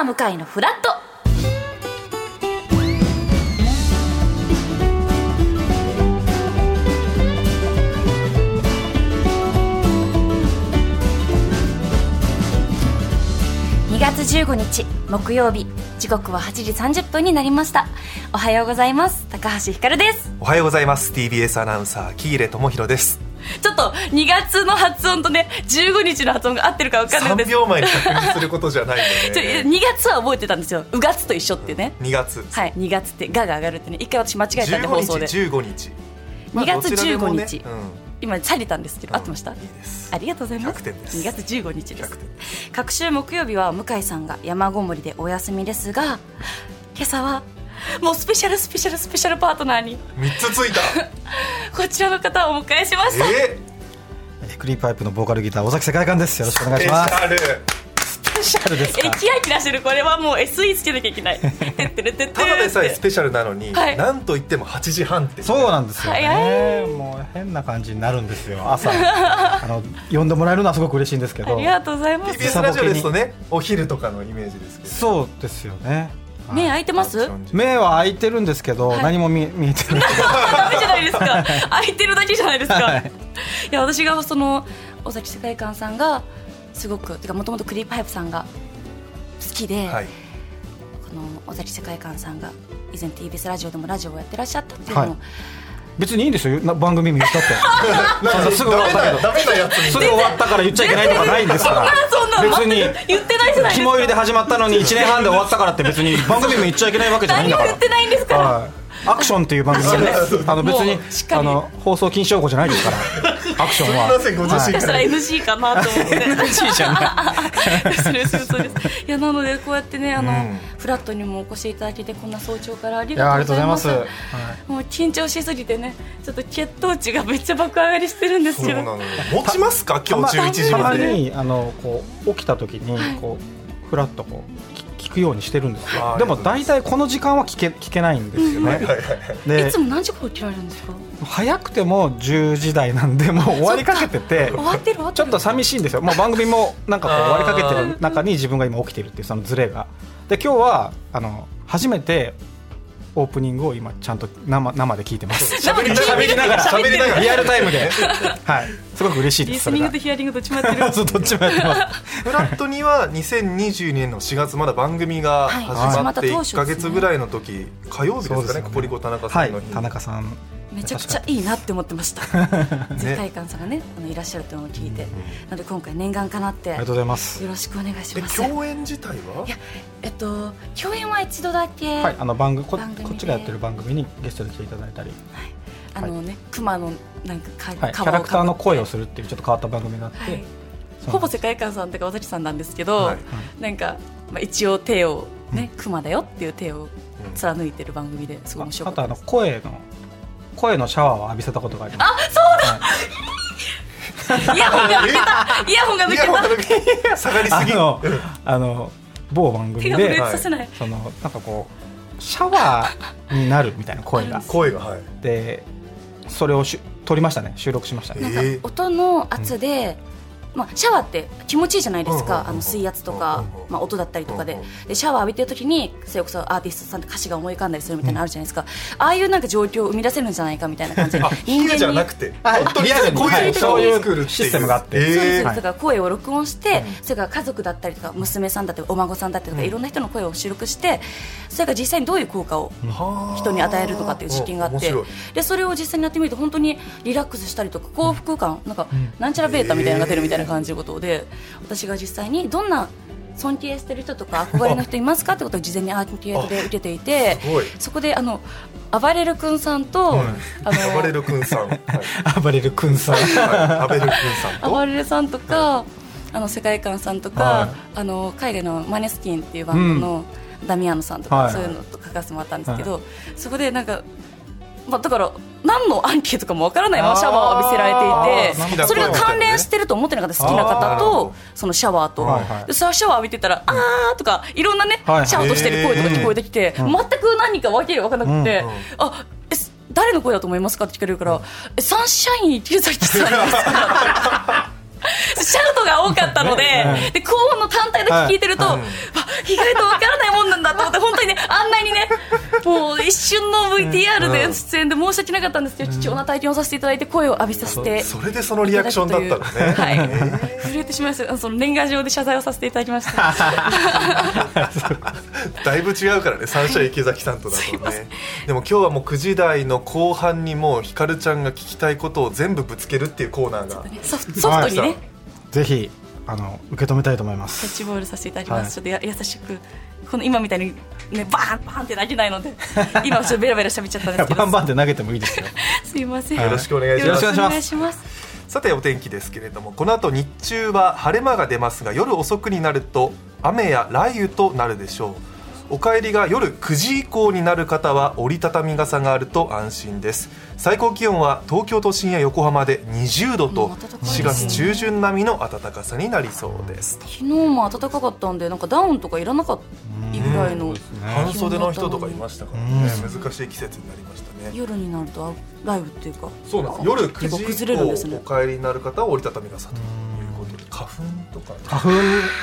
ー向かいのフラット2月15日木曜日時刻は8時30分になりましたおはようございます高橋ひかるですおはようございます TBS アナウンサー喜入智弘ですちょっと2月の発音とね15日の発音が合ってるか分かんないんで3す秒前に確認することじゃないよ ちょね2月は覚えてたんですようがつと一緒ってね、 2月はい、2月って「が」が上がるってね一回私間違えたんで放送15で日15日2月どちらでもね15日うん今チャリたんですけど合ってました、うんいいですありがとうございます100点です2月15日です100点各週木曜日は向井さんが山ごもりでお休みですが今朝はもうスペシャルスペシャルスペシャルパートナーに3つつい たこちらの方をお迎えしましたええクリーパイプのボーカルギター尾崎世界観ですよろしくおー願いスペシしますャルスペシャルですえかキラキラしてるこれはもう SE つけなきゃいけ ないてってるてってただでさえスペペシャルなのに、はいなんといっても8時半ってそうなんですよ早ねもう変な感じになるんですよ朝 あの呼んでもらえるのはすごく嬉しいんですけあどりがとうございますね TBS ラジオですとねお昼とかのイメージですけどそうですよねはい目開いてますダ目は開いてるんですけど、はい何も見え見えてないメじゃないですか開いてるだけじゃないですか、はいい、や私がその尾崎世界観さんがすごくてかもともとクリープハイプさんが好きで、はいこの尾崎世界観さんが以前 TBS ラジオでもラジオをやってらっしゃったっていうのを、はい別にいいんですよな番組見言ったって そんなすぐ終わったけどダメなやつにすぐ終わったから言っちゃいけないとかないんですかそんならそんな全別にく言ってないじゃないです肝か入りで始まったのに1年半で終わったからって 別に番組も言っちゃいけないわけじゃないん何だも言っからてないんですから、はい、アクションっていう番組なんでアクションあの別もうしっにかりあの放送禁止用語じゃないですから、アクションは。すいませんご自もし身かしたら NG かなと思って NG じゃない失礼するそうです いやなのでこうやってねあの、うんフラットにもお越しいただけてこんな早朝からありいやあがりとがうとうごござざいいまますす。はいもう緊張しすぎてねちょっと血糖値がめっちゃ爆上がりしてるんですそうなよのよ持ちますか 今日11時たままでにあのこう起きた時にこうふらっとこう聞聞くようにしてるんですあーよ。あでりがとうもござい大体この時間は聞け聞けないんですよはいね。はいはいいでつも何時頃起きられるんですか早くても10時台なん でもう終わりかけてて終。わってる終わってちょるっと寂しいんですよ、もう番組もなんかこうあー終わりかけてる中に自分が今起きてるっていうそのズレがで今日はあの初めてオープニングを今ちゃんと生生で聞いてます生で聞いてる喋りながら喋ってる 喋りながらリアルタイムではいすごく嬉しいでリすスそれニンがグとヒアリングどっちもや ってるそうどっちもやってますフラットには2022年の4月まだ番組がはい始まって始まった当初です1ねか月ぐらいの時火曜日ですかねココリコ田中さんの はい日田中さんめちゃくちゃいいなって思ってま した世界観さんがねあのいらっしゃるっていうのを聞いてなので今回念願かなってありよがとうございますろしくお願いしでます共演自体はいやえっと共演は一度だけ、はいあの番組こ番組でこっちがやってる番組にゲストで来ていただいたり、あのね熊のなんかか、はい、キャラクターの声をするっていうちょっと変わった番組があって、はいそうほぼ世界観さんとか尾崎さんなんですけど、はいなんか、まあ、一応手をね、熊だよっていう手をうん貫いてる番組ですごい面白あかあっとたであのす声の声のシャワーを浴びせたことがありますイヤホンが抜けたイヤホンが抜いけやた下がりあすぎのあの某番組手が震えてで、はさせない、そのなんかこうシャワーになるみたいな声が声がはいでそれをしゅ撮りましたね収録しましたねえなんか音の圧で、まあ、シャワーって気持ちいいじゃないですうんうんうんかうんあの水圧とかうんうんうん、まあ、音だったりとかうでんうんでシャワー浴びてる時にそれこそアーティストさんって歌詞が思い浮かんだりするみたいなのあるじゃないですか、ああいうなんか状況を生み出せるんじゃないかみたいな感じであ比喩じゃなくててはい本当にリアルに声はいの人そうをいう作るっていうシステムがあってそうですえだはいから声を録音して、それから家族だったりとか娘さんだったりお孫さんだったりとか、いろんな人の声を収録してそれが実際にどういう効果をーはー人に与えるとかっていう実験があって面白いでそれを実際にやってみると本当にリラックスしたりとか幸福感なんかなんちゃらベータみたいなのが出るみたいな感じのことで私が実際にどんな尊敬してる人とか憧れの人いますかってことを事前にアンケートで受けていてすごいそこであの暴れる君さんと、あの暴れる君さんはい 暴れる君さんはい暴れる君さんあとばれるさんとか、あの世界観さんとか、はいあの海外のマネスキンっていうバンドのダミアーノさんとか、はいそういうのと書かせてもらったんですけど、そこでなんか、まあ、だから何のアンケートかもわからないままシャワーを浴びせられあーて好いきなて方それが関連してると思ってなかった好きなあ方ーなるとほどそのシャワーと、はいはいでそのシャワー浴びてたら「あー」とかいろんなね、はいはいシャワーとしてる声とか聞こえてきて、全く何かわけが分からなくて「うんうんあえ誰の声だと思いますか?」って聞かれるから「えサンシャイン池崎さんです」シャウトが多かったのでうで高音の単体だけ聞いてると、はいうんあ意外とわからないもんなんだと思って本当にねあんなにねもう一瞬の VTR うでん出演で申し訳なかったんですけど、貴重な体験をさせていただいて声を浴びさせてそれでそのリアクションだったのね。はい、震えてしまいましたあのその年賀状で謝罪をさせていただきましただいぶ違うからね三者池崎さんとだとねでも今日はもう9時台の後半にもうひかるちゃんが聞きたいことを全部ぶつけるっていうコーナーがソフトソフトにね、はいぜひあの受け止めたいと思いまキャッすチボールさせていただきます、ちょっとや優しくこの今みたいにねバーンバーンって投げないので今ちょっとベラベラ喋っちゃったんです けどバンバンって投げてもいい ですよすいません、よろしくお願いしよまろしくおす願願いいしますさてお天気ですけれどもこの後日中は晴れ間が出ますが夜遅くになると雨や雷雨となるでしょうお帰りが夜9時以降になる方は折りたたみ傘があると安心です最高気温は東京都心や横浜で20度ともう暖かいです4ね月中旬並みの暖かさになりそうです昨日も暖かかったんでなんかダウンとかいらなかっうんたいいぐらいの、半袖の人とかいましたからねう難しい季節になりましたね夜になるとあライブっていうかそうなんです夜結構9時崩れるんです以降ねお帰りになる方は折りたたみ傘ということで花粉とかね花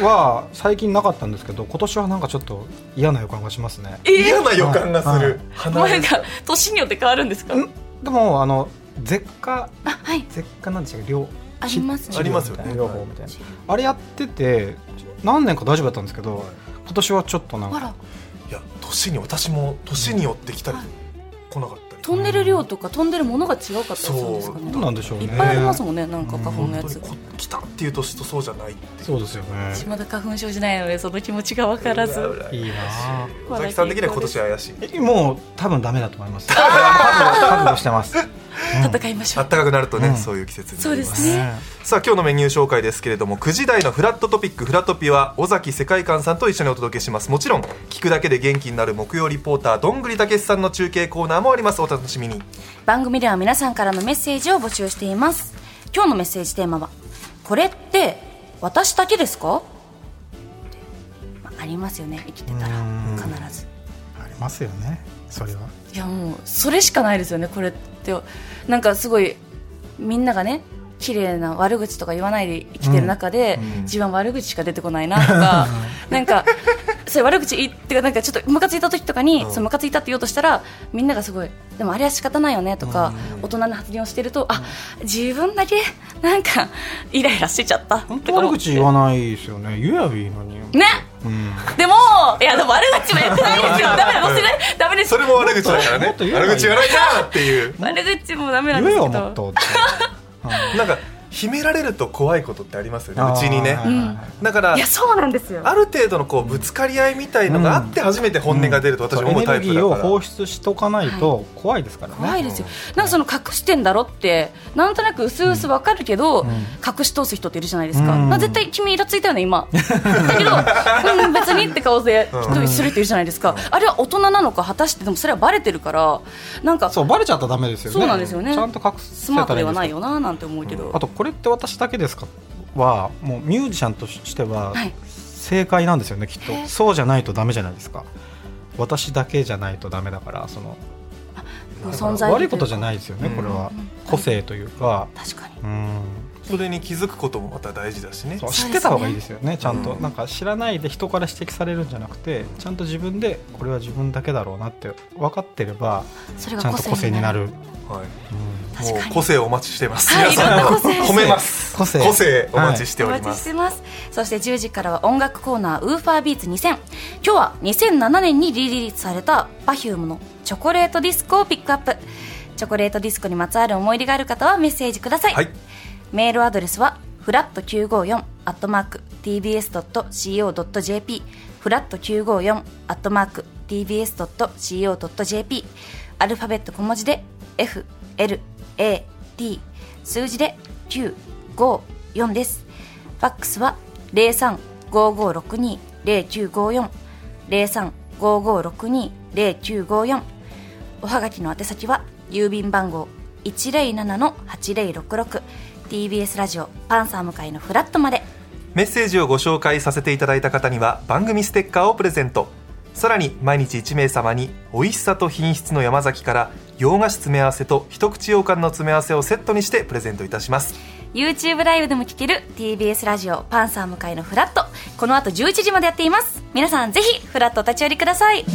粉は最近なかったんですけど今年はなんかちょっと嫌な予感がしますねえ嫌な予感がすはるいー、鼻前が年によって変わるんですかんでもあの舌下あはい舌下なんでしたっけ両ありますねありますよね両方みたいなあれやってて何年か大丈夫だったんですけど今年はちょっとなんあからいや年に私も年によって来たり来なかったり飛んでる量とか飛んでるものが違かったりするんですかそねどうなんでしょういねっぱいありますもんねなんか花粉の本や当につこ来たっていう年とそうじゃないっていうそうですよね私まだ花粉症じゃないのでその気持ちが分からずうらうらいいなあ尾崎さん的には今年怪しいえもう多分ダメだと思 います覚悟してます戦いましょ暖うかくなるとね、うんそういう季節にそなうりでますすねさあ今日のメニュー紹介ですけれども9時台のフラットトピックフラトピは尾崎世界観さんと一緒にお届けしますもちろん聞くだけで元気になる木曜リポーターどんぐりたけしさんの中継コーナーもありますお楽しみに番組では皆さんからのメッセージを募集しています今日のメッセージテーマは「これって私だけですか?って」まあありますよね生きてたらうん必ずありますよねそれはいやもうそれしかないですよねこれってなんかすごいみんながね綺麗な悪口とか言わないで生きてる中で、うん自分は悪口しか出てこないなとかなんかそれ悪口言ってなんかちょっとムカついた時とかに、うんそのムカついたって言おうとしたらみんながすごいでもあれは仕方ないよねとか、うん大人の発言をしてるとあ自分だけなんかイライラしてちゃった本当悪口言わなないですよね言えばいいのにねうんでもいやでも悪口もやってないですよダメだ忘れダメですそれも悪口だからもねっと言えばいい悪口言わないなっていう悪口もダメなん言でえすけどよもっとってなんか秘められると怖いことってありますよねあーうちにねはいはいはいだからいやそうなんですよある程度のこうぶつかり合いみたいのがあって初めて本音が出ると私は思うタイプエネルギだーをから放出しとかないと怖いですからね怖いですよなんかその隠してんだろってなんとなく薄々わかるけど、うん隠し通す人っているじゃないですか,、うんまあ絶対君イラついたよね 今だけど、うん、別にって顔で人する人いるじゃないですか、あれは大人なのか果たしてでもそれはバレてるからなんかそうバレちゃったらダメですよねそうなんですよねちゃんと隠せスマートたらでいいはですないよよななんて思うけど、あとこれって私だけですかはもうミュージシャンとしてははい正解なんですよねきっへえとそうじゃないとダメじゃないですか私だけじゃないとダメだからそのもう存在悪いことじゃいないですよねうんこれうはん個性というか確かにうんそれに気づくこともまた大事だしねそうそ知うですねってた方がいいですよねちゃんとうんなんか知らないで人から指摘されるんじゃなくてちゃんと自分でこれは自分だけだろうなって分かってればそれちがゃんと個性になるはいうん確もうかに個性をお待ちしてますはい皆さんのいろんな個性褒めます個性個性お待ちしておおり待まちしすてますそして10時からは音楽コーナーウーファービーツ2000今日は2007年にリリースされた Perfume のチョコレートディスコをピックアップチョコレートディスコにまつわる思い出がある方はメッセージください、はいメールアドレスはフラット954アットマーク tbs.co.jp フラット954アットマーク tbs.co.jp アルファベット小文字で FLAT 数字で954ですファックスは0355620954 0355620954おはがきの宛先は郵便番号 107-8066TBS ラジオパンサー向かいのフラットまでメッセージをご紹介させていただいた方には番組ステッカーをプレゼントさらに毎日1名様に美味しさと品質の山崎から洋菓子詰め合わせと一口羊羹の詰め合わせをセットにしてプレゼントいたします YouTube ライブでも聴ける TBS ラジオパンサー向かいのフラットこの後11時までやっています皆さんぜひフラットお立ち寄りください